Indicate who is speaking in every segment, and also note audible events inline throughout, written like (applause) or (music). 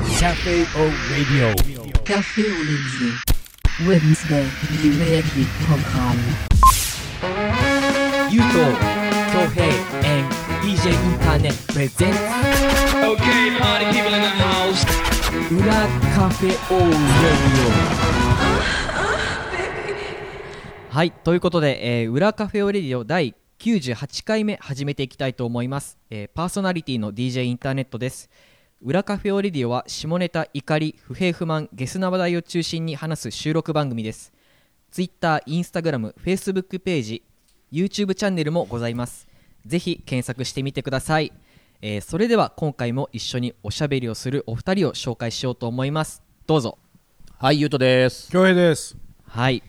Speaker 1: KO Radio.
Speaker 2: Café au Léger. Wednesday, VIP Programm.
Speaker 3: ゆうと、恭平 and DJ インターネットプレゼンツ
Speaker 4: Okay, party people in the house.
Speaker 3: 裏カフェオーレディオはいということで、えー裏カフェオーレディオ第98回目始めていきたいと思います、えーパーソナリティの DJ インターネットです裏カフェオーレディオは下ネタ怒り不平不満ゲスな話題を中心に話す収録番組ですツイッター、インスタグラム、フェイスブックページ、YouTube チャンネルもございます。ぜひ検索してみてください。えーそれでは今回も一緒におしゃべりをするお二人を紹介しようと思います。どうぞ。
Speaker 5: はい、ゆうとです。
Speaker 6: 恭平です。
Speaker 3: はい。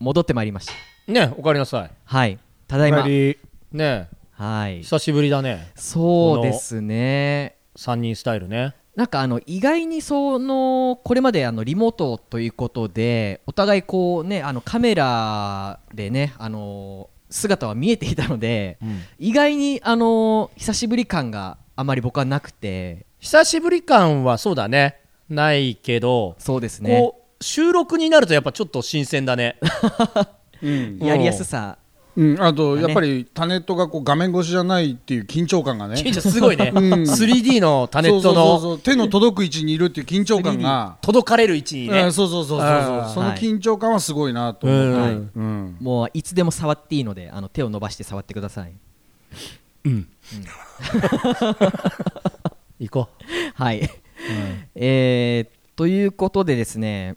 Speaker 3: 戻ってまいりました。
Speaker 5: ね、おかえりなさい。
Speaker 3: はい。ただい
Speaker 6: お
Speaker 3: ま
Speaker 6: か。えり
Speaker 5: ね、
Speaker 3: はい。
Speaker 5: 久しぶりだね。
Speaker 3: そうですね。
Speaker 5: 三人スタイルね。
Speaker 3: なんかあの意外にそのこれまであのリモートということでお互いこうねあのカメラでねあの姿は見えていたので、意外にあの久しぶり感があまり僕はなくて
Speaker 5: 久しぶり感はそうだね。ないけど、
Speaker 3: そうですね
Speaker 5: こう、収録になるとやっぱちょっと新鮮だね。
Speaker 6: うん、
Speaker 3: やりやすさ
Speaker 6: うん、あと、
Speaker 3: ね
Speaker 6: やっぱりタネットがこう画面越しじゃないっていう緊張感がね
Speaker 5: ちいちゃんすご (laughs) いね。
Speaker 6: ん
Speaker 5: 3D のタネット
Speaker 6: そうそうそ
Speaker 5: の
Speaker 6: うそう手の届く位置にいるっていう緊張感が、
Speaker 5: 届かれる位置に
Speaker 6: う
Speaker 5: ね
Speaker 6: ん。そうそうそうそう
Speaker 5: あ
Speaker 6: そ
Speaker 5: ー
Speaker 6: うその緊張感はすごいなと思う、
Speaker 5: は
Speaker 6: はいいうん、
Speaker 3: もういつでも触っていいのであの手を伸ばして触ってください
Speaker 5: 行こう。
Speaker 3: はい、えーということでですね、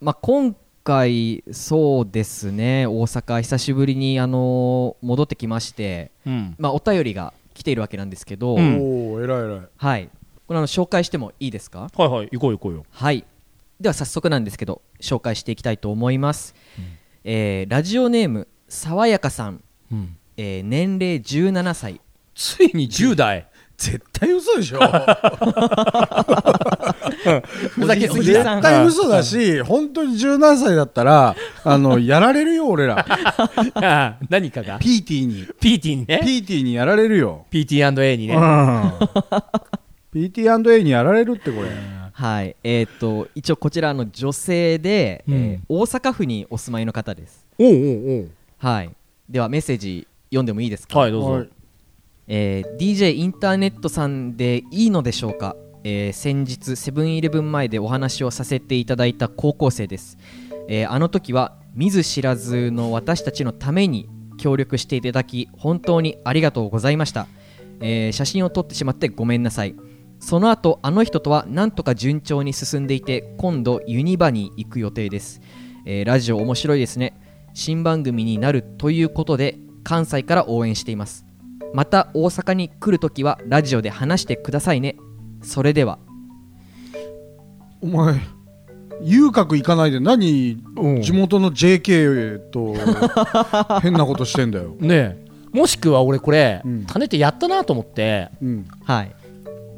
Speaker 3: まあ、今回そうですね大阪久しぶりにあのー戻ってきまして、
Speaker 5: うん。
Speaker 3: まあ、お便りが来ているわけなんですけど、
Speaker 5: うん
Speaker 6: おお偉い偉い
Speaker 3: はいこれあの紹介してもいいですか
Speaker 5: はいはい、行こう行こうよ。
Speaker 3: はいでは早速なんですけど紹介していきたいと思います、えーラジオネーム爽やかさん、えー年齢17歳
Speaker 5: ついに10代。
Speaker 6: 絶対嘘でしょ
Speaker 3: ふざけす
Speaker 6: 絶
Speaker 3: ぎさん
Speaker 6: 対嘘だし本当に17歳だったらあのやられるよ俺ら
Speaker 5: ああ (laughs) 何かが。
Speaker 6: PT に
Speaker 5: PT ね。
Speaker 6: PT にやられるよ
Speaker 5: PT&A に
Speaker 6: う
Speaker 5: ね。
Speaker 6: ん PT&A にやられるってこれ
Speaker 3: はい、えーっと一応こちらの女性で、
Speaker 5: うん
Speaker 3: えー大阪府にお住まいの方です。
Speaker 5: おうおう
Speaker 3: はい、ではメッセージ読んでもいいです
Speaker 5: おう。
Speaker 3: か。
Speaker 5: はい、どうぞ。
Speaker 3: えー DJ インターネットさんでいいのでしょうか、えー先日セブンイレブン前でお話をさせていただいた高校生です、えーあの時は見ず知らずの私たちのために協力していただき本当にありがとうございました、えー写真を撮ってしまってごめんなさいその後あの人とはなんとか順調に進んでいて今度ユニバに行く予定です、えーラジオ面白いですね新番組になるということで関西から応援していますまた大阪に来るときはラジオで話してくださいねそれでは
Speaker 6: お前遊郭行かないで何
Speaker 5: うん
Speaker 6: 地元の JK と変なことしてん
Speaker 5: (laughs)
Speaker 6: だよ、
Speaker 5: ねえもしくは俺これ
Speaker 6: うん、
Speaker 5: タネってやったなと思って、
Speaker 6: うん、
Speaker 3: はい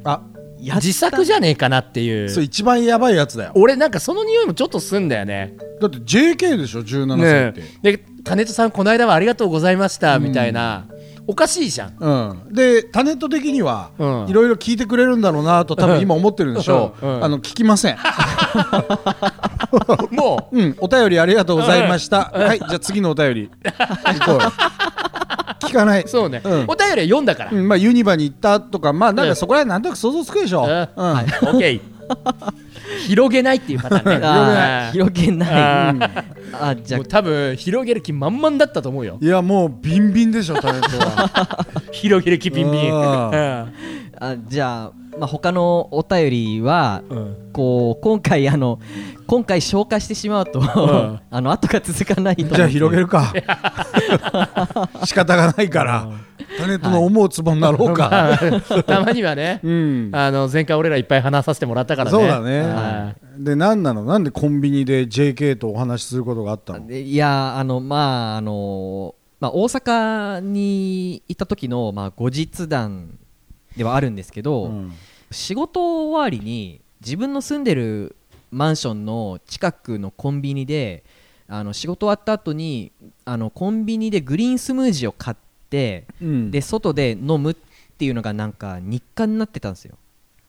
Speaker 6: あ
Speaker 5: 自作じゃねえかなってい
Speaker 6: それ
Speaker 5: う
Speaker 6: 一番やばいやつだよ
Speaker 5: 俺なんかその匂いもちょっとすんだよね
Speaker 6: だって JK でしょ17歳って、
Speaker 5: でタネットさんこの間はありがとうございましたみたいな、おかしいじゃん
Speaker 6: うん、でタネット的には
Speaker 5: うん
Speaker 6: いろいろ聞いてくれるんだろうなと多分今思ってるんでしょう、
Speaker 5: うんうん
Speaker 6: あの聞きません、
Speaker 5: も
Speaker 6: うん、お便りありがとうございました、はいじゃあ次のお便り行こうよ聞かないう
Speaker 5: そうね、
Speaker 6: うん
Speaker 5: お便りは読んだから、
Speaker 6: うんまあ、ユニバに行ったとかまあなんかそこら辺なんとなく想像つくでしょ、
Speaker 5: う
Speaker 6: うんん
Speaker 5: はい、オッケー広げないっていうパ
Speaker 3: (laughs)
Speaker 5: ターンね
Speaker 3: あー広げない
Speaker 5: あー
Speaker 3: あじゃ
Speaker 5: もう多分広げる気満々だったと思うよ
Speaker 6: いやもうビンビンでしょタネットは
Speaker 5: 広げる気ビンビン、
Speaker 6: あ
Speaker 3: ああじゃあ,、まあ他のお便りは
Speaker 5: うん
Speaker 3: こう今回あの今回紹介してしまうと、
Speaker 5: ん
Speaker 3: (laughs) あの後が続かないと思
Speaker 6: (laughs)
Speaker 3: う
Speaker 6: じゃあ広げるか仕方がないからタネットの思うつぼになろうか、
Speaker 5: たまにはね、
Speaker 6: うん
Speaker 5: あの前回俺らいっぱい話させてもらったからね
Speaker 6: そうだね、
Speaker 5: は
Speaker 6: で何なのなんでコンビニで JK とお話しすることがあったの
Speaker 3: でいやあのまああのまあ大阪にいた時のまあ後日談ではあるんですけど、
Speaker 6: うん
Speaker 3: 仕事終わりに自分の住んでるマンションの近くのコンビニであの仕事終わった後にあのコンビニでグリーンスムージーを買って、
Speaker 6: うん
Speaker 3: で外で飲むっていうのがなんか日課になってたんですよ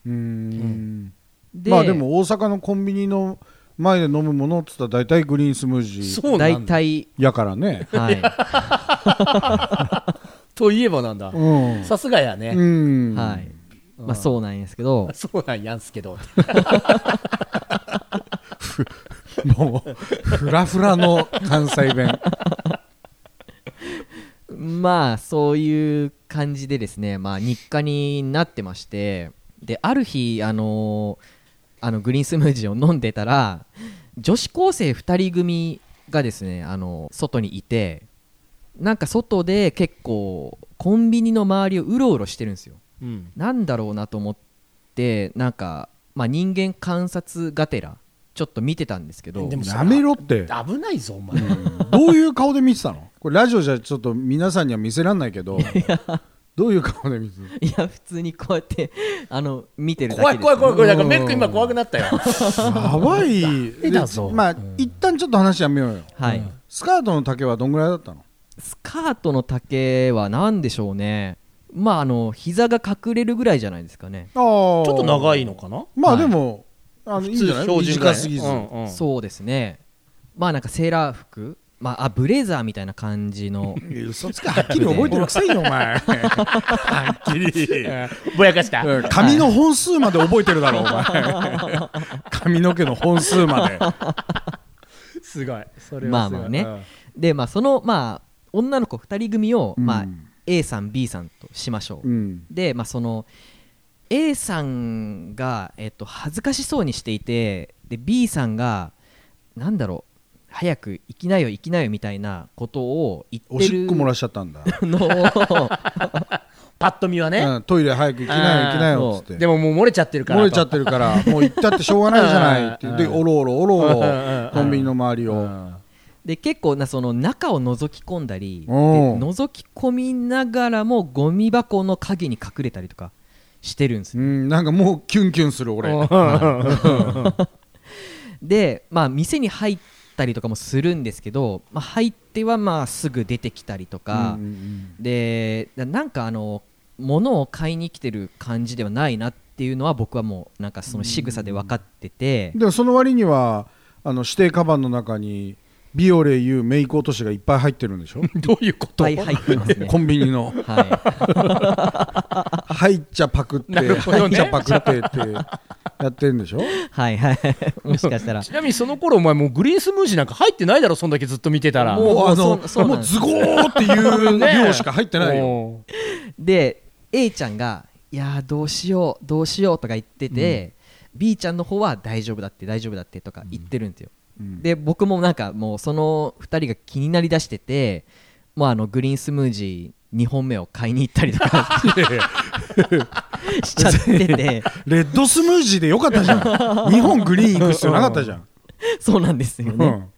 Speaker 6: うーん
Speaker 3: で
Speaker 6: まあでも大阪のコンビニの前で飲むものっつったら大体グリーンスムージー
Speaker 5: そうな
Speaker 3: 大
Speaker 5: んだ
Speaker 3: 体
Speaker 6: やからね
Speaker 3: はい、
Speaker 5: といえばなんだ
Speaker 6: うん、
Speaker 5: さすがやね、
Speaker 6: うん
Speaker 3: はいまあ、そうなんですけど
Speaker 5: そうなんやんすけど
Speaker 6: もうフラフラの関西弁
Speaker 3: まあそういう感じでですね、まあ、日課になってましてである日、あのーあのグリーンスムージーを飲んでたら女子高生2人組がですね、あの外にいてなんか外で結構コンビニの周りをうろうろしてるんですよ
Speaker 5: うん
Speaker 3: なんだろうなと思ってなんか、まあ、人間観察がてらちょっと見てたんですけど
Speaker 5: でも
Speaker 6: やめろって
Speaker 5: 危ないぞお前
Speaker 6: どういう顔で見てたのこれラジオじゃちょっと皆さんには見せらんないけどどういう顔で見てたの
Speaker 3: いや普通にこうやってあの見てるだ
Speaker 5: 怖
Speaker 3: け
Speaker 5: い
Speaker 3: です
Speaker 5: 怖い怖い怖いなんか
Speaker 6: うん
Speaker 5: メック今怖くなったよ
Speaker 6: やばい
Speaker 5: メだぞ
Speaker 6: でまあ、
Speaker 5: うん
Speaker 6: 一旦ちょっと話やめようよ
Speaker 3: はい、
Speaker 5: うん
Speaker 6: スカートの丈はどんぐらいだったの
Speaker 3: スカートの丈は何でしょうねまああの膝が隠れるぐらいじゃないですかね、
Speaker 6: ちょ
Speaker 5: ちょっと長いのかな
Speaker 6: まあ
Speaker 3: はい
Speaker 6: でも、あのいいんじゃない短すぎず、
Speaker 5: うんうん (laughs)
Speaker 3: そうですねまあなんかセーラー服まああブレザーみたいな感じの
Speaker 6: いや嘘つけはっきり覚えてるくせにお前はっきり
Speaker 5: ぼやかした
Speaker 6: うん (laughs) 髪の本数まで覚えてるだろお (laughs) 前髪の毛の本数まです
Speaker 5: ごいそ
Speaker 3: まあまあね、でまあそのまあ女の子2人組を、
Speaker 6: うん
Speaker 3: まあ、A さん B さんとしましょう、
Speaker 6: うん
Speaker 3: でまあその A さんが、えっと、恥ずかしそうにしていてで B さんがなんだろう早く行きなよ行きなよみたいなことを言ってる
Speaker 6: おしっこ漏らしちゃったんだ、
Speaker 3: の (laughs) を
Speaker 5: パッと見はね
Speaker 6: うんトイレ早く行きなよ
Speaker 5: あー
Speaker 6: 行きなよっつって
Speaker 5: でももう漏れちゃってるから
Speaker 6: 漏れちゃってるからもう行ったってしょうがないじゃないって
Speaker 5: うん
Speaker 6: でおろおろおろお
Speaker 5: うんうんう
Speaker 6: ろ
Speaker 5: ん
Speaker 6: コンビニの周り
Speaker 5: う
Speaker 6: を
Speaker 5: ん
Speaker 3: で結構なその中を覗き込んだりで
Speaker 6: おう
Speaker 3: 覗き込みながらもゴミ箱の陰に隠れたりとかしてるんです
Speaker 6: う
Speaker 3: よ
Speaker 6: んなんかもうキュンキュンする俺
Speaker 3: でまあ店に入ったりとかもするんですけど、まあ、入ってはまあすぐ出てきたりとか
Speaker 6: うん、うん
Speaker 3: でななんかあの物を買いに来てる感じではないなっていうのは僕はもうなんかその仕草で分かってて
Speaker 6: うん、でもその割にはあの指定カバンの中にビオレいうメイク落としがいっぱい入ってるんでしょ
Speaker 5: どういうこ
Speaker 3: いっぱ
Speaker 5: と
Speaker 3: い入ってますね
Speaker 6: コンビニの
Speaker 3: は
Speaker 6: 入っちゃパクって、
Speaker 5: なるほ
Speaker 6: 入
Speaker 5: ど
Speaker 6: っ
Speaker 5: ね
Speaker 6: ちゃパクってってやってるんでしょ
Speaker 3: いはいはいもしかしたら
Speaker 5: ちなみにその頃お前もうグリーンスムージーなんか入ってないだろそんだけずっと見てたら
Speaker 3: もう
Speaker 6: もうあの
Speaker 3: そうそうな
Speaker 6: も
Speaker 3: ん
Speaker 6: う
Speaker 3: です
Speaker 6: ズゴーっていう
Speaker 5: ね
Speaker 6: 量しか入ってないよ、
Speaker 5: おー
Speaker 3: で A ちゃんが「いやーどうしようどうしよう」とか言ってて、B ちゃんの方は「大丈夫だって大丈夫だって」とか言ってるんですよ、
Speaker 6: うん
Speaker 3: で僕もなんかもうその2人が気になりだしててもうあのグリーンスムージー2本目を買いに行ったりとか (laughs) しちゃってて
Speaker 6: レッドスムージーでよかったじゃん2本グリーン行く必要なかったじゃん、
Speaker 3: そうなんですよ
Speaker 6: う
Speaker 3: ね、
Speaker 6: ん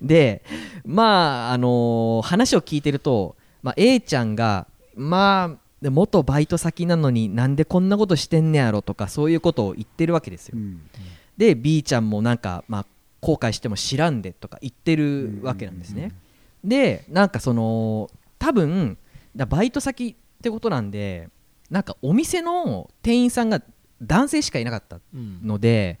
Speaker 3: でまああのー話を聞いてると、まあ、A ちゃんがまあで元バイト先なのになんでこんなことしてんねやろとかそういうことを言ってるわけですよ
Speaker 6: うん
Speaker 3: で B ちゃんもなんか、まあ、後悔しても知らんでとか言ってるわけなんですね、でなんかその多分だバイト先ってことなんでなんかお店の店員さんが男性しかいなかったので、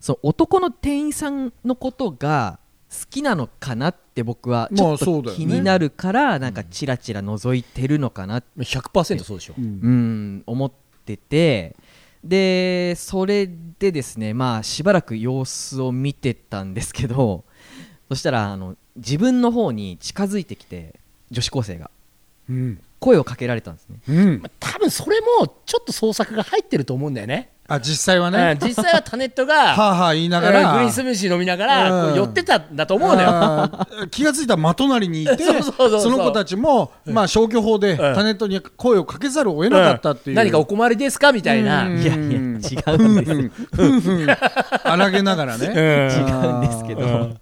Speaker 3: その男の店員さんのことが好きなのかなって僕はちょっ
Speaker 6: まあそ
Speaker 3: と
Speaker 6: うだよね
Speaker 3: 気になるから、なんかチラチラ覗いてるのかなって
Speaker 5: 100%そうでしょ
Speaker 6: うん
Speaker 3: うん、思っててでそれでですねまあしばらく様子を見てたんですけど (laughs) そしたらあの自分の方に近づいてきて女子高生が
Speaker 6: うん
Speaker 3: 声をかけられたんですね
Speaker 6: うん
Speaker 5: 多分それもちょっと創作が入ってると思うんだよね
Speaker 6: あ実際はね、
Speaker 5: うん実際はタネット (laughs) が
Speaker 6: はあはあ言いなが
Speaker 5: うん
Speaker 6: ら
Speaker 5: グリーンスムージー飲みながら
Speaker 6: うん
Speaker 5: こう寄ってたんだと思うのよ
Speaker 6: あー気がついたら的なりにいて
Speaker 5: そうそうそうそう
Speaker 6: その子たちも、まあ、消去法でタネットに声をかけざるを得なかったっていう、
Speaker 5: うん何かお困りですかみたいな
Speaker 6: うん
Speaker 3: いやいや違うんです違
Speaker 6: 荒げながら
Speaker 5: (laughs)
Speaker 6: ね
Speaker 3: うんですけ
Speaker 5: う
Speaker 3: ど
Speaker 5: ん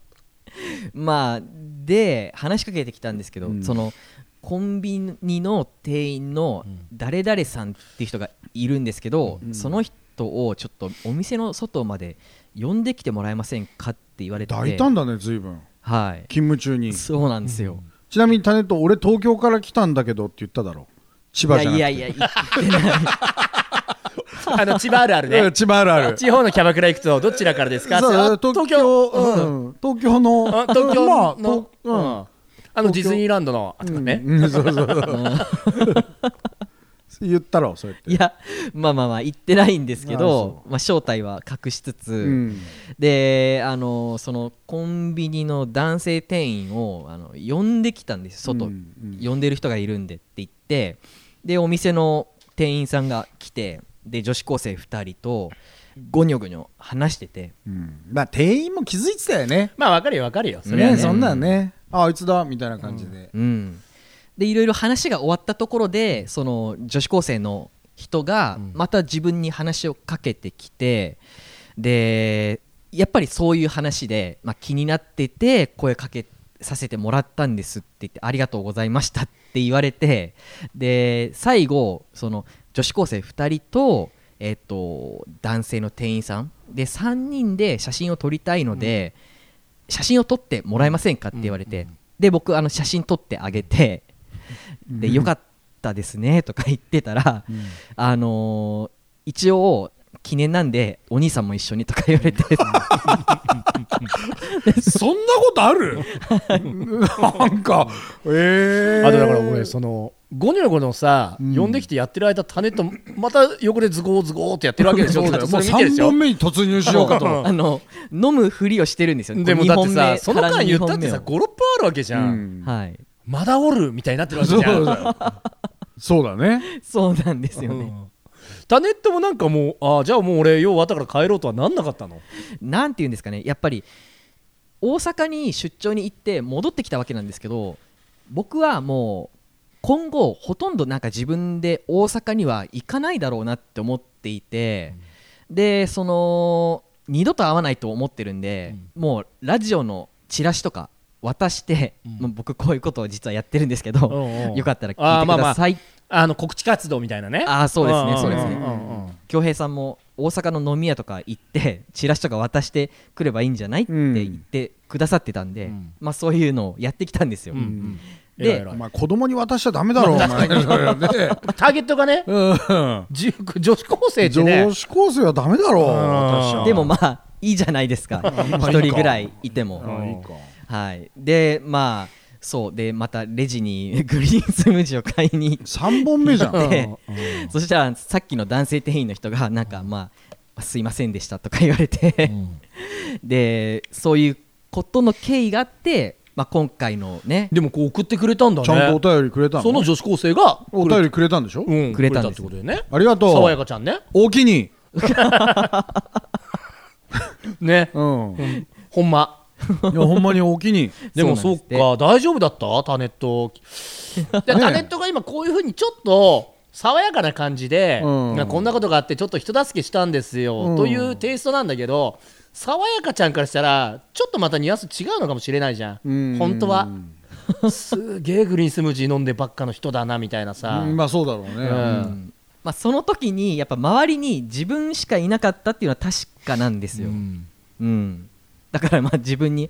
Speaker 3: (laughs) まあで話しかけてきたんですけど、
Speaker 6: うん
Speaker 3: そのコンビニの店員の誰々さんっていう人がいるんですけど、その人をちょっとお店の外まで呼んできてもらえませんかって言われて
Speaker 6: 大胆だね随分
Speaker 3: はい
Speaker 6: 勤務中に
Speaker 3: そうなんですよ。
Speaker 6: ちなみにタネット俺東京から来たんだけどって言っただろ千
Speaker 3: い
Speaker 6: 葉
Speaker 3: や
Speaker 6: じゃなく
Speaker 3: い
Speaker 6: て
Speaker 3: やいや、言ってない。
Speaker 5: あの千葉あるある
Speaker 6: う
Speaker 5: ね
Speaker 6: ん千葉あるある
Speaker 5: 地方のキャバクラ行くとどちらからですか
Speaker 6: そう
Speaker 5: あ
Speaker 6: 東京
Speaker 5: うん
Speaker 6: うん東京の
Speaker 5: あ東京
Speaker 6: まあ
Speaker 5: の
Speaker 6: と、
Speaker 5: うん
Speaker 6: うん
Speaker 5: あのディズニーランドのあとかね、
Speaker 6: うんそうそうそう言ったろそうやって
Speaker 3: いやまあまあまあ言ってないんですけ
Speaker 6: あ
Speaker 3: ど
Speaker 6: そ
Speaker 3: まあ、正体は隠しつつ、
Speaker 6: うん
Speaker 3: であのそのコンビニの男性店員をあの呼んできたんです外、
Speaker 6: うんうん
Speaker 3: 呼んでる人がいるんでって言ってでお店の店員さんが来てで女子高生2人とゴニョゴニョ話してて
Speaker 6: うんまあ店員も気づいてたよね
Speaker 5: まあわかるよわかるよそれは
Speaker 6: ね
Speaker 5: ね
Speaker 6: そんなんねああいつだみたいな感じで
Speaker 3: うん、でいろいろ話が終わったところでその女子高生の人がまた自分に話をかけてきてでやっぱりそういう話で、まあ、気になってて声かけさせてもらったんですって言ってありがとうございましたって言われてで最後その女子高生2人と,、えっと男性の店員さんで3人で写真を撮りたいので、写真を撮ってもらえませんかって言われて、で僕あの写真撮ってあげてでよかったですねとか言ってたら、あのー一応記念なんでお兄さんも一緒にとか言われて、
Speaker 6: そんなことあるなんかええ
Speaker 5: あとだから俺そのゴニョゴニョさ、
Speaker 6: うん
Speaker 5: 呼んできてやってる間種とまた横でズゴーズゴーってやってるわけでしょ
Speaker 6: そうだよ
Speaker 5: ず
Speaker 6: も
Speaker 5: っ
Speaker 6: う
Speaker 5: とそれ見てる
Speaker 6: 3
Speaker 5: でしょ
Speaker 6: 本目に突入しようかと
Speaker 5: うん
Speaker 3: あの飲むふりをしてるんですよね
Speaker 5: でもだってさそ
Speaker 3: こ
Speaker 5: の
Speaker 3: 二本目
Speaker 5: 間言った
Speaker 3: か
Speaker 5: っ
Speaker 3: ら
Speaker 5: て
Speaker 3: 二
Speaker 5: さ56
Speaker 3: 本
Speaker 5: 分あるわけじゃん、
Speaker 6: うん
Speaker 3: 目をはい
Speaker 5: まだおるみたいになってるわけ
Speaker 6: そう
Speaker 5: じゃ
Speaker 6: だ
Speaker 5: ん
Speaker 6: よそうだね
Speaker 3: そうなんですよ
Speaker 5: う
Speaker 3: ね、
Speaker 5: んタネットもなんかもうああじゃあもう俺よう終わったから帰ろうとはなんなかったの
Speaker 3: なんて言うんですかねやっぱり大阪に出張に行って戻ってきたわけなんですけど僕はもう今後ほとんどなんか自分で大阪には行かないだろうなって思っていて、でその二度と会わないと思ってるんで、もうラジオのチラシとか渡して、
Speaker 5: うん
Speaker 3: もう僕こういうことを実はやってるんですけど、
Speaker 5: うんうん
Speaker 3: よかったら聞い
Speaker 5: あー
Speaker 3: て
Speaker 5: まあ
Speaker 3: く
Speaker 5: まあ
Speaker 3: ださい
Speaker 5: あの告知活動みたいなね
Speaker 3: あーそうですね
Speaker 5: んんん
Speaker 3: そうですね
Speaker 5: んうん
Speaker 3: 恭平さんも大阪の飲み屋とか行
Speaker 6: (laughs)
Speaker 3: ってチラシとか渡してくればいいんじゃないって
Speaker 6: うん
Speaker 3: 言ってくださってたんで、
Speaker 5: うん
Speaker 3: まあ、そういうのをやってきたんですよ、
Speaker 5: うん
Speaker 3: で
Speaker 5: 偉い偉
Speaker 6: お
Speaker 5: い
Speaker 6: 前子供に渡しちゃダメだろお前ね
Speaker 5: ターゲットがね
Speaker 6: うん
Speaker 5: じ女子高生ってね
Speaker 6: 女子高生はダメだろう私は
Speaker 3: でもまあいいじゃないですか一人ぐらいいても、
Speaker 6: あいいか
Speaker 3: はい、でまあそうでまたレジに (laughs) グリーンスムージーを買いに行
Speaker 6: 3本目じゃん
Speaker 3: って、そしたらさっきの男性店員の人がなんかまあすいませんでしたとか言われて、でそういうことの経緯があって、まあ、今回のね
Speaker 5: でもこう送ってくれたんだね
Speaker 6: ちゃんとお便りくれたの
Speaker 5: その女子高生が
Speaker 6: お便りくれたんでしょ
Speaker 5: うん
Speaker 3: くれたんです
Speaker 5: ってことよね
Speaker 6: ありがとう
Speaker 5: 爽やかちゃんね
Speaker 6: 大きに
Speaker 5: ね
Speaker 6: うんい
Speaker 5: ほんま
Speaker 6: やほんまに大き
Speaker 5: (laughs)
Speaker 6: に
Speaker 5: でも
Speaker 3: そう
Speaker 5: そ
Speaker 3: なん
Speaker 5: っか
Speaker 3: です
Speaker 5: 大丈夫だったタネット (laughs) でタネットが今こういうふうにちょっと爽やかな感じで、
Speaker 6: うん
Speaker 5: まあこんなことがあってちょっと人助けしたんですよ、
Speaker 6: うん
Speaker 5: というテイストなんだけど爽やかちゃんからしたらちょっとまたニュアンス違うのかもしれないじゃん、
Speaker 6: うん
Speaker 5: 本当はすげえグリーンスムージー飲んでばっかの人だなみたいなさ、
Speaker 6: うんまあそうだろうね
Speaker 5: うん
Speaker 3: まあ、その時にやっぱ周りに自分しかいなかったっていうのは確かなんですよ、うんだからまあ自分に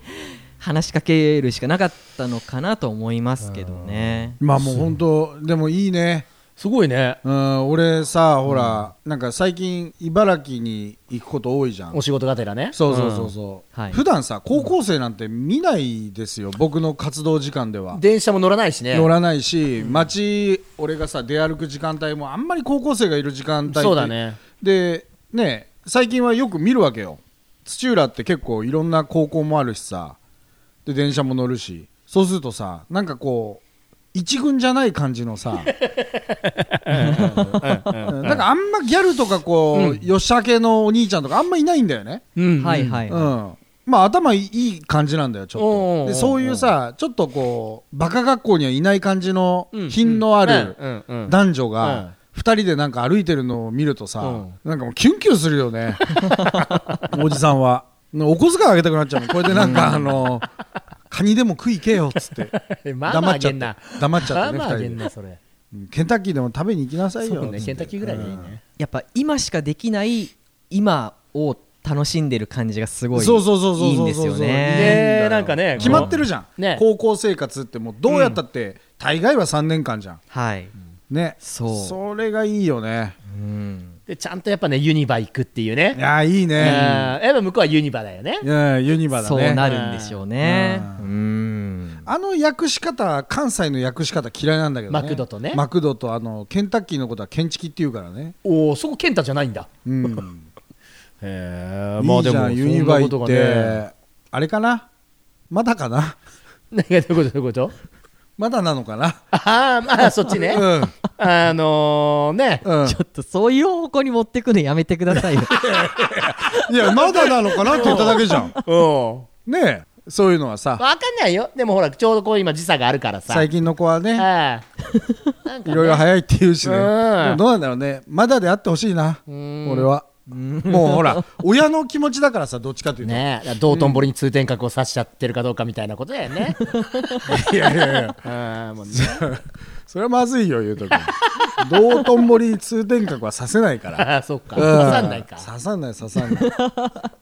Speaker 3: 話しかけるしかなかったのかなと思いますけどね
Speaker 6: まあもう本当でもいいね
Speaker 5: すごいね
Speaker 6: うん俺さほらなんか最近茨城に行くこと多いじゃん
Speaker 5: お仕事がてらね
Speaker 6: そうそうそうそう、
Speaker 3: はい
Speaker 6: 普段さ高校生なんて見ないですよ、僕の活動時間では
Speaker 5: 電車も乗らないしね
Speaker 6: 乗らないし街俺がさ出歩く時間帯もあんまり高校生がいる時間帯って
Speaker 5: そうだね
Speaker 6: でね最近はよく見るわけよ土浦って結構いろんな高校もあるしさで電車も乗るしそうするとさなんかこう一軍じゃない感じの
Speaker 5: (laughs)
Speaker 6: さうんなんかあんまギャルとかこう、よっしゃけのお兄ちゃんとかあんまいないんだよね
Speaker 5: うん
Speaker 3: はいはい
Speaker 6: うん
Speaker 3: は
Speaker 6: まあ頭いい感じなんだよち
Speaker 5: おうおう
Speaker 6: ょ
Speaker 5: おう
Speaker 6: っとでそういうさちょっとこうバカ学校にはいない感じの
Speaker 5: うん
Speaker 6: 品のある
Speaker 5: うんうんうん
Speaker 6: 男女
Speaker 5: うん
Speaker 6: が2人でなんか歩いてるのを見るとさ、
Speaker 5: うん
Speaker 6: なんかもうキュンキュンするよね (laughs) おじさんはお小遣いあげたくなっちゃうもんこれでなんかあのカニでも食い行けよっつって
Speaker 5: い (laughs) まあま
Speaker 6: 黙
Speaker 5: あ
Speaker 6: っちゃ
Speaker 5: げ
Speaker 6: っ
Speaker 5: ん
Speaker 6: て
Speaker 5: な
Speaker 6: 黙っちゃ
Speaker 5: ま
Speaker 6: っ
Speaker 5: あ
Speaker 6: てね
Speaker 5: まあ
Speaker 6: 2
Speaker 5: げ
Speaker 6: 人
Speaker 5: ん
Speaker 6: で
Speaker 5: な
Speaker 6: (laughs)
Speaker 5: それ
Speaker 6: うんケンタッキーでも食べに行きなさいよ
Speaker 5: そうね
Speaker 6: つって
Speaker 5: ケンタッキーぐらいがいいね
Speaker 3: いやっぱ今しかできない今を楽しんでる感じがすごい
Speaker 6: そうそうそうそうそう
Speaker 3: いいんですよね
Speaker 5: でなんかね
Speaker 6: 決まってるじゃん、
Speaker 5: ね
Speaker 6: 高校生活ってもうどうやったって大概は3年間じゃん
Speaker 3: はい、
Speaker 6: ね
Speaker 3: そう
Speaker 6: それがいいよね
Speaker 3: うん、
Speaker 5: でちゃんとやっぱねユニバ行くっていうね
Speaker 6: いやーいい
Speaker 5: うん
Speaker 6: ね
Speaker 5: やっぱ向こうはユニバだよね
Speaker 6: うんユニバだね
Speaker 3: そうなるんでしょうねう
Speaker 6: うん
Speaker 3: ん
Speaker 6: あの訳し方関西の訳し方嫌いなんだけどね
Speaker 5: マクドとね
Speaker 6: マクドとあのケンタッキーのことはケンチキって言うからね
Speaker 5: おおそこ健太じゃないんだ
Speaker 6: うん
Speaker 5: へ
Speaker 6: いいじゃんユニバ (laughs) 行って、あれかなまだかな
Speaker 5: 何がどういうことどういうこと
Speaker 6: まだなのかな
Speaker 5: ああまあそっちね
Speaker 6: うん
Speaker 5: あのね
Speaker 6: うん
Speaker 3: ちょっとそういう方向に持ってくのやめてください
Speaker 6: (laughs)
Speaker 3: よ
Speaker 6: いやまだなのかなって言っただけじゃん
Speaker 5: うん
Speaker 6: ねえそういうのはさ
Speaker 5: わかんないよでもほらちょうどこう今時差があるからさ
Speaker 6: 最近の子は (laughs) ね
Speaker 5: ああなんかね
Speaker 6: いろいろ早いって言うしね
Speaker 5: う
Speaker 6: で
Speaker 5: ん
Speaker 6: もどうなんだろうねまだであってほしいな
Speaker 5: うん
Speaker 6: 俺はもうほら親の気持ちだからさどっちかというと
Speaker 5: ねえだから道頓堀に通天閣を刺しちゃってるかどうかみたいなことだよ
Speaker 6: (laughs)
Speaker 5: ね
Speaker 6: いやいやいや
Speaker 5: うんもうね
Speaker 6: (laughs) それはまずいよ言うとき道頓堀に通天閣はさせないから
Speaker 5: ああそうか
Speaker 6: う
Speaker 5: (laughs) 刺さんないか
Speaker 6: 刺さんない刺さんない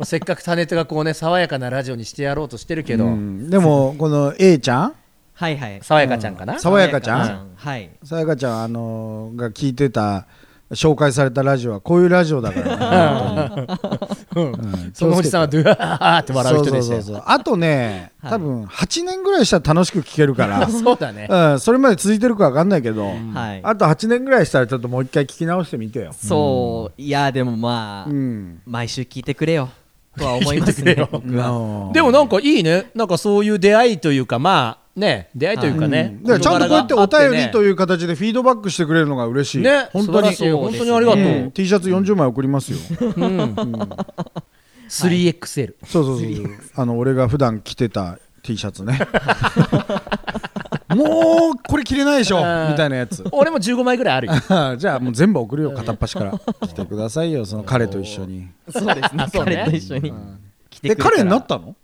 Speaker 5: せっかくタネットがこうね爽やかなラジオにしてやろうとしてるけど、
Speaker 6: うんでもこの A ちゃん
Speaker 3: はいはい
Speaker 5: 爽やかちゃんかな、
Speaker 6: 爽やかち
Speaker 3: う
Speaker 6: ゃん
Speaker 3: んはい
Speaker 6: さやかちゃん、あのーが聞いてた紹介されたラジオはこういうラジオだから、ね、
Speaker 5: そのおじさんはドゥワーって笑う人でしたよ
Speaker 6: そうそうそううそ
Speaker 5: そ
Speaker 6: うあとね、多分8年ぐらいしたら楽しく聞ける
Speaker 5: (laughs)
Speaker 6: から、
Speaker 5: だね
Speaker 6: うん、それまで続いてるか分かんないけど、
Speaker 3: はい
Speaker 6: あと8年ぐらいしたらちょっともう一回聞き直してみてよ、
Speaker 3: そういやでもまあ
Speaker 6: うん
Speaker 3: 毎週聞いてくれよとは思いますね
Speaker 5: 聞いてくれよ
Speaker 3: 僕は
Speaker 5: でもなんかいいねなんかそういう出会いというかまあね出会いというかね、
Speaker 6: だからちゃんとこうやってお便りと
Speaker 5: いう
Speaker 6: いう形でフィードバックしてくれるのが嬉しい、
Speaker 5: ね
Speaker 6: 本
Speaker 5: 素
Speaker 6: 当
Speaker 5: 晴
Speaker 6: に
Speaker 5: らしい本当にありがと
Speaker 3: そ
Speaker 5: う、
Speaker 3: うです
Speaker 6: うん、T シャツ40枚送り
Speaker 5: (laughs)
Speaker 6: ますよ、
Speaker 5: 3XL
Speaker 6: そうそうそうそうあの俺が普段着てた T シャツね
Speaker 5: (laughs)
Speaker 6: もうこれ着れないでしょみたいなやつ
Speaker 5: 俺も15枚ぐらいあ
Speaker 6: (laughs)
Speaker 5: るよ
Speaker 6: じゃあもう全部送るよ片っ端から (laughs) 来てくださいよその彼と一緒に
Speaker 3: そうですね
Speaker 5: (laughs) そうね
Speaker 3: 彼と一緒に来て
Speaker 6: え
Speaker 3: くれたら
Speaker 6: 彼になったの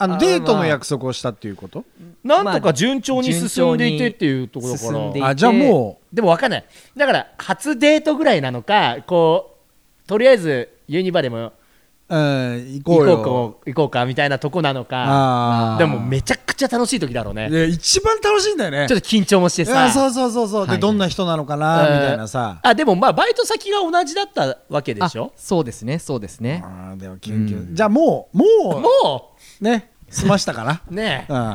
Speaker 6: あの
Speaker 3: あー
Speaker 6: デートの約束をしたっていうこと
Speaker 5: なんとか順調に進んでいてっていうところだか
Speaker 3: 順調に進ん
Speaker 5: ら
Speaker 3: でいて
Speaker 6: あじゃあも
Speaker 5: でも分かんないだから初デートぐらいなのかこうとりあえずユニバでも
Speaker 6: う、うん、行こう
Speaker 5: 行こう
Speaker 6: よ
Speaker 5: こう行こうかみたいなとこなのか
Speaker 6: あー
Speaker 5: でもめちゃくちゃ楽しい時だろうね
Speaker 6: いや一番楽しいんだよね
Speaker 5: ちょっと緊張もして
Speaker 6: いやそ
Speaker 5: さ
Speaker 6: うそうそうそう、
Speaker 3: はい
Speaker 6: でどんな人なのか
Speaker 5: うん
Speaker 6: なみたいなさ
Speaker 5: あでもまあバイト先が同じだったわけで
Speaker 3: あ
Speaker 5: しょ
Speaker 3: そうですねそうですね
Speaker 6: あーでも研究、じゃあもうもう
Speaker 5: も
Speaker 6: ね済ましたかな
Speaker 5: うねえ
Speaker 6: うん (laughs)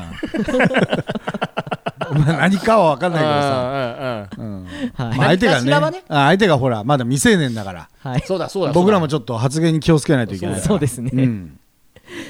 Speaker 6: まあ何かは分かんないけどさ、
Speaker 5: うんうんうん
Speaker 6: うん
Speaker 3: はい
Speaker 6: まあ相手が
Speaker 5: 何かしらは
Speaker 6: ね
Speaker 5: ね
Speaker 6: あ相手がほらまだ未成年だから
Speaker 3: はい
Speaker 5: そうだそうだ
Speaker 6: 僕らも
Speaker 5: そ
Speaker 6: ちょ
Speaker 5: う
Speaker 6: っと発言に気をつけないといけないから
Speaker 3: そうですね
Speaker 6: ん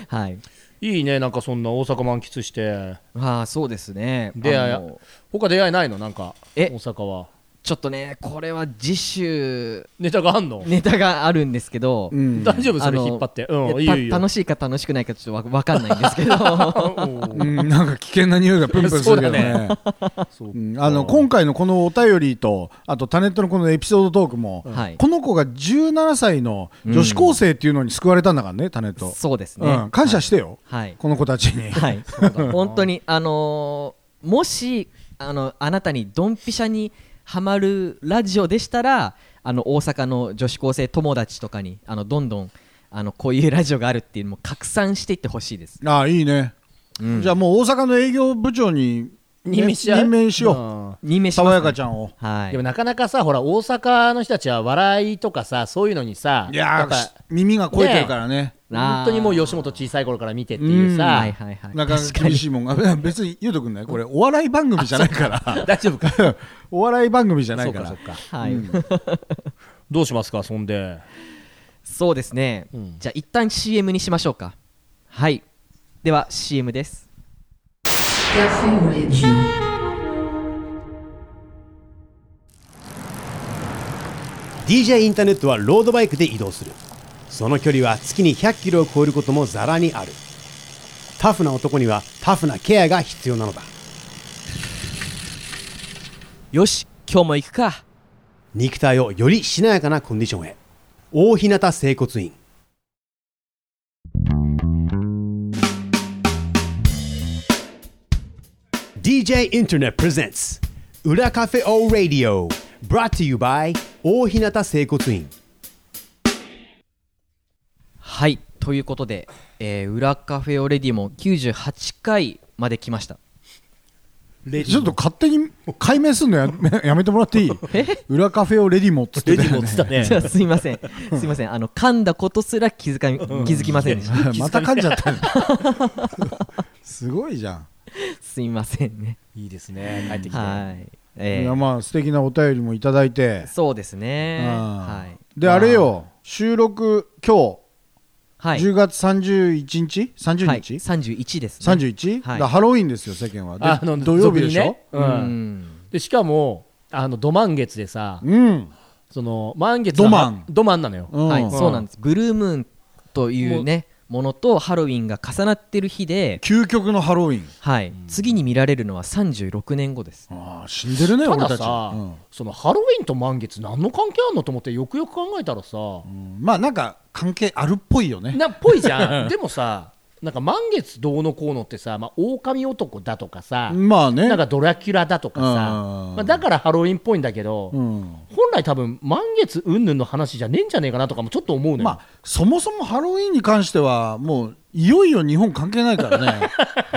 Speaker 3: はい
Speaker 5: だいいねなんかそんな大阪満喫して
Speaker 3: ああそうですね
Speaker 5: 出会い
Speaker 3: あの
Speaker 5: 他出会いないのなんか大
Speaker 3: え
Speaker 5: 阪は
Speaker 3: ちょっとねこれは次週
Speaker 5: ネタがあんの
Speaker 3: ネタがあるんですけど
Speaker 6: うん
Speaker 5: 大丈夫そ
Speaker 3: あ
Speaker 5: れ
Speaker 3: の
Speaker 5: 引っ張ってうん
Speaker 3: え
Speaker 5: いいよいい
Speaker 3: た
Speaker 5: よ
Speaker 3: 楽しいか楽しくないかちょっとわわかんないんですけ
Speaker 5: (laughs)
Speaker 3: ど
Speaker 6: うんなんか危険な匂いがプンプンするけどね
Speaker 5: そうだそう
Speaker 6: うんあの今回のこのお便りとあとタネットのこのエピソードトークも、
Speaker 3: はい
Speaker 6: この子が17歳の女子高生っていうのに救われたんだからね、タネット、
Speaker 3: そうですね、
Speaker 6: うん、感謝してよ、
Speaker 3: はい
Speaker 6: この子たちに、
Speaker 3: はい、本当に、あのーもしあのあなたにドンピシャにはまるラジオでしたらあの大阪の女子高生友達とかにあのどんどんあのこういうラジオがあるっていうのも拡散していってほしいです。
Speaker 6: ああいいね、
Speaker 3: うん
Speaker 6: じゃあもう大阪の営業部長にね
Speaker 5: 任命しちゃう
Speaker 6: 任命しよう、
Speaker 5: うん
Speaker 3: 任命します
Speaker 6: 爽やかちゃんを
Speaker 3: はい、
Speaker 5: でもなかなかさほら大阪の人たちは笑いとかさそういうのにさ
Speaker 6: いや
Speaker 5: っぱ
Speaker 6: ー耳が肥えてるからね
Speaker 3: あー
Speaker 5: 本当にもう吉本小さい頃から見てっていうさ、
Speaker 3: はいはいはい、
Speaker 6: なかなか厳しいもんが別に言うとくんないこれお笑い番組じゃないから
Speaker 5: (laughs) 大丈夫か
Speaker 6: (laughs) お笑い番組じゃないから
Speaker 5: そうかそうか
Speaker 3: はい
Speaker 5: どうしますかそんで
Speaker 3: そうですね、
Speaker 5: うん
Speaker 3: じゃあ一旦 CM にしましょうかはいでは CM です
Speaker 2: Café ou les Jeux.
Speaker 1: 「DJ インターネット」はロードバイクで移動するその距離は月に100キロを超えることもざらにあるタフな男にはタフなケアが必要なのだ
Speaker 3: よし今日も行くか
Speaker 1: 肉体をよりしなやかなコンディションへ大日向整骨院「DJ インターネット presents 裏カフェオーラディオ」brought to you by 大日向整骨院
Speaker 3: はいということで「えー、裏カフェオレディ」も98回まで来ました
Speaker 1: レデ
Speaker 6: ちょ
Speaker 1: ィ
Speaker 6: っと勝手に解明するのやめやめてもらっていい裏カフェをレディモっつって
Speaker 5: レ
Speaker 6: た
Speaker 5: デ
Speaker 6: よ
Speaker 5: ィ
Speaker 6: ね
Speaker 5: もっつったね
Speaker 3: じゃあ (laughs) すいませんすいませんあの噛んだことすら気づかみ気づきませんでした
Speaker 6: (laughs) また噛んじゃったよ
Speaker 3: (laughs)
Speaker 6: すごいじゃん、
Speaker 3: すいませんね
Speaker 5: いいですね帰ってきて
Speaker 3: はいえ
Speaker 6: い
Speaker 3: え
Speaker 6: やまあ素敵なお便りもいただいて、
Speaker 3: そうですね
Speaker 6: うん
Speaker 3: はい
Speaker 6: であれよ収録今日、
Speaker 3: はい
Speaker 6: 10月31日30
Speaker 3: はい
Speaker 6: 日、
Speaker 3: 31ですね
Speaker 6: 31?
Speaker 3: はい
Speaker 6: だハロウィンですよ世間はで
Speaker 5: あの
Speaker 6: 土曜日でしょ、
Speaker 5: 俗にね
Speaker 3: う
Speaker 5: うん
Speaker 3: ん
Speaker 5: でしかもあのど満月でさ
Speaker 6: うん、
Speaker 5: その満月が
Speaker 6: ど満
Speaker 5: ど満なのよ
Speaker 6: うん
Speaker 3: はいそうなんですブルームーンというねものとハロウィンが重なってる日で
Speaker 6: 究極のハロウィン
Speaker 3: はい次に見られるのは36年
Speaker 6: (laughs)
Speaker 3: 後です
Speaker 6: あー死んでるね
Speaker 5: た
Speaker 6: 俺
Speaker 5: だ
Speaker 6: たち、
Speaker 5: さ、
Speaker 6: うん
Speaker 5: そのハロウィンと満月何の関係あんのと思ってよくよく考えたらさ、
Speaker 6: うんまあなんか関係あるっぽいよね
Speaker 5: なっぽいじゃんでもさなんか満月どうのこうのってさ、まあ、狼男だとかさ、
Speaker 6: まあね
Speaker 5: なんかドラキュラだとかさ、
Speaker 6: うん
Speaker 5: まあ、だからハロウィンっぽいんだけど、
Speaker 6: うん
Speaker 5: 本来多分満月云々の話じゃねえんじゃねえかなとかもちょっと思うのよ、
Speaker 6: まあ、そもそもハロウィンに関してはもういよいよ日本関係ない
Speaker 5: (laughs)
Speaker 6: から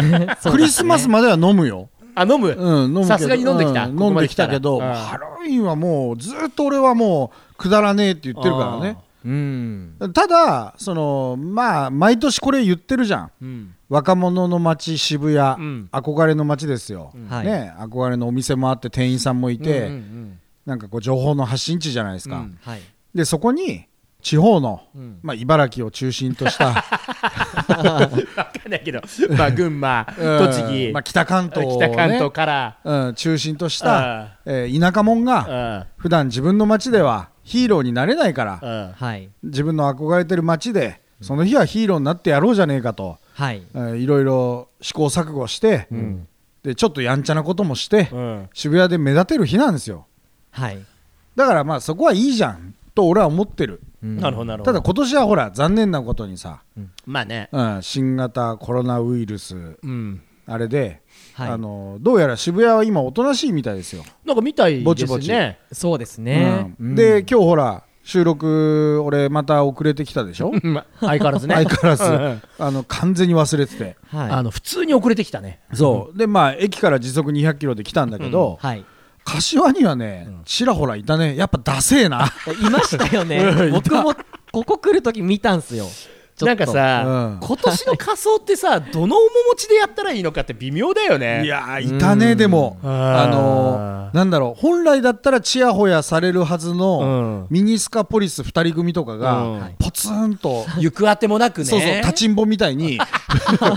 Speaker 6: ねクリスマスまでは飲むよ、
Speaker 5: あ飲む,、
Speaker 6: うん、飲むけど
Speaker 5: さすがに飲んできた、
Speaker 6: う
Speaker 5: ここ
Speaker 6: 飲ん
Speaker 5: ま
Speaker 6: できたけど、
Speaker 5: 来らうん
Speaker 6: ハロウィンはもうずっと俺はもうくだらねえって言ってるからね
Speaker 3: うん
Speaker 6: ただそのまあ毎年これ言ってるじゃん
Speaker 5: うん
Speaker 6: 若者の街渋谷、
Speaker 5: ん
Speaker 6: 憧れの街ですよ、
Speaker 3: はい
Speaker 6: ね、憧れのお店もあって店員さんもいて、
Speaker 5: うんうん
Speaker 6: なんかこう情報の発信地じゃないですか、
Speaker 5: うん
Speaker 3: はい
Speaker 6: でそこに地方の、
Speaker 5: ん
Speaker 6: まあ、茨城を中心とした
Speaker 5: (laughs) 分かんないけど、まあ、群馬、
Speaker 6: うん
Speaker 5: 栃木、
Speaker 6: まあ、北関東をね
Speaker 5: 北関東から、
Speaker 6: うん、中心とした、えー田舎者が普段自分の街ではヒーローになれないから
Speaker 5: うんうん
Speaker 3: はい
Speaker 6: 自分の憧れてる街でその日はヒーローになってやろうじゃねえかと、
Speaker 3: はい
Speaker 6: えーいろいろ試行錯誤して、でちょっとやんちゃなこともして、
Speaker 5: うん
Speaker 6: 渋谷で目立てる日なんですよ
Speaker 3: はい
Speaker 6: だからまあそこはいいじゃんと俺は思ってる
Speaker 5: なるほどなるほ
Speaker 6: た
Speaker 5: ど
Speaker 6: だ今年はほら残念なことにさ、
Speaker 5: まあね
Speaker 6: うん、新型コロナウイルス
Speaker 5: うん
Speaker 6: あれで、
Speaker 3: はい
Speaker 6: あのどうやら渋谷は今おとなしいみたいですよ、
Speaker 5: なんか見たいですね
Speaker 6: ぼちぼち
Speaker 3: そうですね
Speaker 6: う
Speaker 3: うんん
Speaker 6: で今日ほら収録俺また遅れてきたでしょ
Speaker 5: うん相変わらずね
Speaker 6: 相変わらず
Speaker 5: うん
Speaker 6: (laughs) あの完全に忘れてて
Speaker 3: はい
Speaker 5: あの普通に遅れてきたね
Speaker 6: そうでまあ駅から時速200キロで来たんだけど、
Speaker 3: はい
Speaker 6: 柏にはねちらほらいたねやっぱダセえな
Speaker 3: いましたよ
Speaker 6: (laughs)
Speaker 3: ね僕もここ来るとき見たんすよちょっと
Speaker 5: なんかさ
Speaker 6: うん
Speaker 5: 今年の仮装っ
Speaker 6: (laughs)
Speaker 5: てさどの面持ちでやったらいいのかって微妙だよね
Speaker 6: いやーいたねでもあのーなんだろう本来だったらちやほやされるはずの
Speaker 5: うん
Speaker 6: ミニスカポリス2人組とか
Speaker 5: うん
Speaker 6: がポツンと
Speaker 5: 行くあてもなくね
Speaker 6: そうそう、立ちんぼみたいに、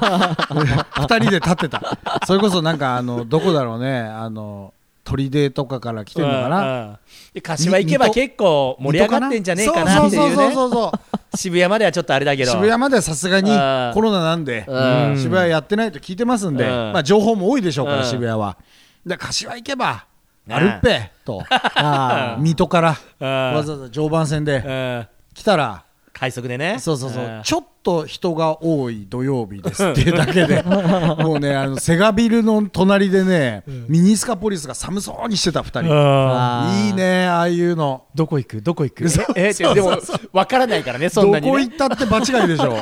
Speaker 6: 二人で立ってた。それこそなんか、あの、どこだろうね、あの、鳥出とかから来てるのかな。
Speaker 5: うんうんで柏行けば結構盛り上がってんじゃねえかなってい
Speaker 6: そ
Speaker 5: う
Speaker 6: うそう
Speaker 5: ね
Speaker 6: そうそうそう
Speaker 5: 渋谷まではちょっとあれだけど
Speaker 6: 渋谷まではさすがに
Speaker 5: うん
Speaker 6: コロナなんで、
Speaker 5: うん
Speaker 6: 渋谷やってないと聞いてますんで、
Speaker 5: うん
Speaker 6: まあ情報も多いでしょうから、
Speaker 5: うん
Speaker 6: 渋谷は。で、柏行けば、
Speaker 5: ね
Speaker 6: アルッペ
Speaker 5: (laughs)
Speaker 6: と、あー水戸から、
Speaker 5: うん
Speaker 6: わざわざ常磐線で
Speaker 5: うん
Speaker 6: 来たら、
Speaker 5: 快速でね、
Speaker 6: そうそうそうんちょっと人が多い土曜日ですっていうだけで、もうね、あのセガビルの隣でね、ミニスカポリスが寒そうにしてた2人、
Speaker 3: あー
Speaker 6: いいね、ああいうの、
Speaker 5: どこ行くどこ行くええでもわからないからねそん
Speaker 6: ど
Speaker 5: なに
Speaker 6: こ
Speaker 5: ね
Speaker 6: 行ったって場違いでしょ、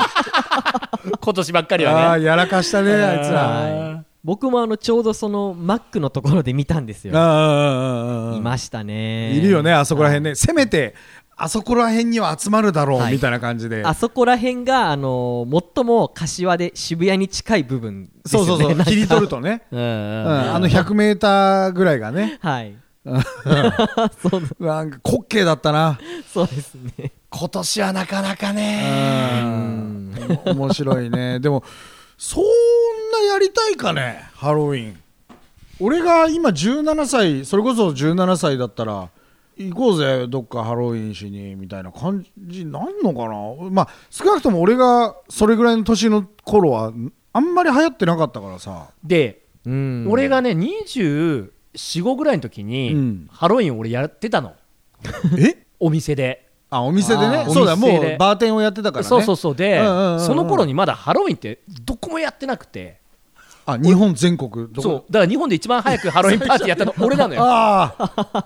Speaker 5: 今年ばっかり
Speaker 6: あ
Speaker 5: は
Speaker 6: あ、
Speaker 5: ね
Speaker 6: やらかしたね、あいつら。
Speaker 3: はい僕もあのちょうどそのマックのところで見たんですよ
Speaker 6: あ
Speaker 3: い
Speaker 6: あ
Speaker 3: ましたね
Speaker 6: いるよね、あそこら辺ね、せめてあそこら辺には集まるだろう
Speaker 3: はい
Speaker 6: みたいな感じで、
Speaker 3: あそこら辺があの最も柏で渋谷に近い部分です
Speaker 6: そ
Speaker 3: よ
Speaker 6: う
Speaker 3: ね
Speaker 6: そうそう、
Speaker 3: なんか
Speaker 6: 切り取るとね、
Speaker 5: うん
Speaker 6: う
Speaker 5: うんん
Speaker 6: あの100メーターぐらいがね、
Speaker 3: はいそう
Speaker 6: なんか滑稽だったな。
Speaker 3: そうですね
Speaker 5: 今年はなかなかね
Speaker 6: うん面白いねでもそんなやりたいかねハロウィン俺が今17歳それこそ17歳だったら行こうぜどっかハロウィンしにみたいな感じなんのかなまあ少なくとも俺がそれぐらいの年の頃はあんまり流行ってなかったから
Speaker 5: (laughs)
Speaker 6: さ
Speaker 5: で
Speaker 3: うん
Speaker 5: 俺がね2 4五ぐらいの時
Speaker 6: う
Speaker 5: に
Speaker 6: ん
Speaker 5: ハロウィン俺やってたの
Speaker 6: え
Speaker 5: お店で
Speaker 6: あお店でね
Speaker 5: あー
Speaker 6: そうだ
Speaker 5: お店
Speaker 6: も
Speaker 5: で
Speaker 6: うバーテンをやってたからね
Speaker 5: そうそうそうで
Speaker 6: うんうんうんうん
Speaker 5: その頃にまだハロウィンってどこもやってなくて
Speaker 6: あ日本全国どこ
Speaker 5: そうだから日本で一番早くハロウィンパーティーやったの俺な
Speaker 6: (laughs)
Speaker 5: のよ
Speaker 6: あ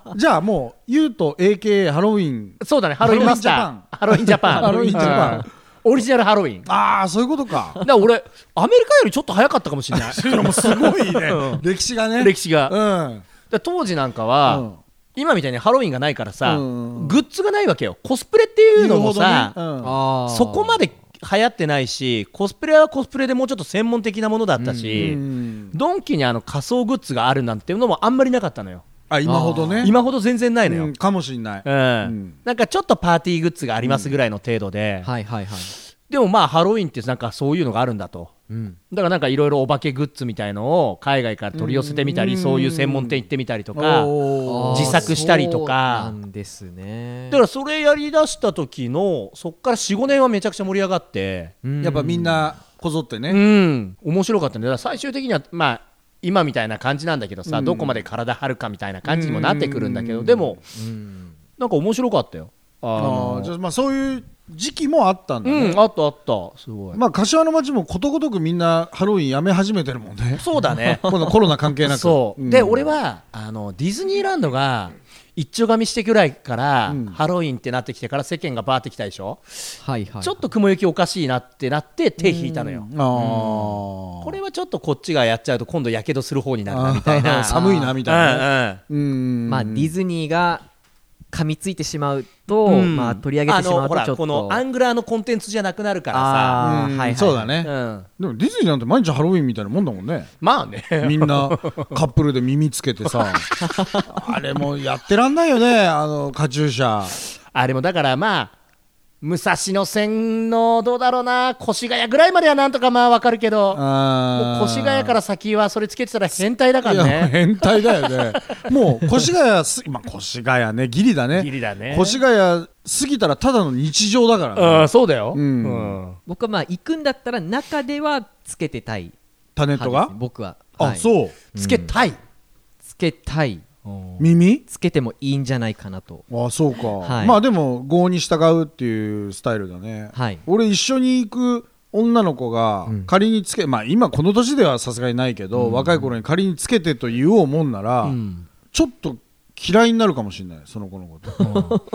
Speaker 6: あじゃあもう U と AK ハロウィン
Speaker 5: そうだねハロウィンマスターハロウィンジャパン
Speaker 6: ハロウィンジャパン
Speaker 5: うんオリジナルハロウィンだか
Speaker 6: ああそういうことか
Speaker 5: ら俺アメリカよりちょっと早かったかもし
Speaker 6: (laughs)
Speaker 5: れない
Speaker 6: すごいね歴史がね
Speaker 5: 歴史がだか
Speaker 6: うん
Speaker 5: ら当時なんかは、
Speaker 6: うん
Speaker 5: 今みたいにハロウィンがないからさ、
Speaker 6: うん
Speaker 5: グッズがないわけよコスプレっていうのもさ、
Speaker 6: 言うほどねうん
Speaker 3: あー
Speaker 5: そこまで流行ってないしコスプレはコスプレでもうちょっと専門的なものだったし、
Speaker 6: うん
Speaker 5: ドンキにあの仮装グッズがあるなんていうのもあんまりなかったのよ
Speaker 6: あ今ほどね
Speaker 5: 今ほど全然ないのよ、
Speaker 6: うんかもしんない
Speaker 5: うん
Speaker 6: うん
Speaker 5: なんかちょっとパーティーグッズがありますぐらいの程度で、
Speaker 3: はいはいはい、
Speaker 5: でもまあハロウィンってなんかそういうのがあるんだと
Speaker 3: うん、
Speaker 5: だからなんかいろいろお化けグッズみたいのを海外から取り寄せてみたり、
Speaker 6: うん
Speaker 5: そういう専門店行ってみたりとか、
Speaker 6: おー
Speaker 5: 自作したりとか
Speaker 3: そうなんですね
Speaker 5: だからそれやりだした時のそっから45年はめちゃくちゃ盛り上がって
Speaker 3: うん
Speaker 6: やっぱみんなこぞって
Speaker 5: う
Speaker 6: ね
Speaker 5: ん面白かったんだから最終的にはまあ今みたいな感じなんだけどさ、どこまで体張るかみたいな感じにもなってくるんだけど、でも
Speaker 3: うん
Speaker 5: なんか面白かったよあ
Speaker 6: あ
Speaker 5: の
Speaker 6: ーじゃあまあそういう時期もあったんだ
Speaker 5: う
Speaker 6: ね
Speaker 5: んあったあったすごい、
Speaker 6: まあ柏の街もことごとくみんなハロウィンやめ始めてるもん
Speaker 5: (laughs)
Speaker 6: ね
Speaker 5: そうだね
Speaker 6: このコロナ関係なく
Speaker 5: そう、
Speaker 6: ん
Speaker 5: で俺はあのディズニーランドが一丁紙してくらいから、ハロウィンってなってきてから世間がバーってきたでしょ、
Speaker 3: はいはい
Speaker 5: ちょっと雲行きおかしいなってなって手引いたのよ、
Speaker 6: あ
Speaker 5: これはちょっとこっちがやっちゃうと今度やけどする方になるなみたい
Speaker 6: あ
Speaker 5: な
Speaker 6: 寒いなみたいなね
Speaker 5: うんうん
Speaker 6: うん
Speaker 3: まあ、ディズニーが噛みついてしまうと、
Speaker 5: うん
Speaker 3: まあ、取り上げてしま
Speaker 5: あの
Speaker 3: うと
Speaker 5: ほ
Speaker 3: ちょ
Speaker 5: ら
Speaker 3: っと
Speaker 5: このアングラーのコンテンツじゃなくなるから
Speaker 3: あー
Speaker 6: うん
Speaker 3: はいはい
Speaker 6: そうだ
Speaker 5: さ、
Speaker 6: ね
Speaker 5: うん、
Speaker 6: でもディズニーなんて毎日ハロウィンみたいなもんだもん
Speaker 5: (laughs)
Speaker 6: ね
Speaker 5: まあね
Speaker 6: みんなカップルで耳つけて
Speaker 5: (laughs)
Speaker 6: さあれもうやってらんないよねあのカチューシャ
Speaker 5: あれもだからまあ武蔵野線のどうだろうな越谷ぐらいまではなんとかまあわかるけども
Speaker 6: も
Speaker 5: う越谷から先はそれつけてたら変態だから
Speaker 6: いや
Speaker 5: ね
Speaker 6: 変態だよねもう越谷す今越谷ねギリだね
Speaker 5: ギリだね
Speaker 6: 越谷過ぎたらただの日常だからね、
Speaker 5: うんそうだよ、
Speaker 6: うん
Speaker 3: 僕はまあ行くんだったら中ではつけてたい
Speaker 6: タネッ
Speaker 3: 派
Speaker 6: ト
Speaker 3: ですね、
Speaker 6: が、
Speaker 3: 僕は、は
Speaker 6: あ
Speaker 3: い
Speaker 6: そう
Speaker 5: つけたい、
Speaker 3: つけたい
Speaker 6: 耳
Speaker 3: つけてもいいんじゃないかなと
Speaker 6: あそうか、
Speaker 3: はい
Speaker 6: まあでも郷に従うっていうスタイルだね、
Speaker 3: はい
Speaker 6: 俺一緒に行く女の子が
Speaker 3: うん
Speaker 6: 仮につけ、まあ今この年ではさすがにないけど、若い頃に仮につけてと言おうもんなら、ちょっと嫌いになるかもしれないその子の
Speaker 3: (laughs)
Speaker 6: こと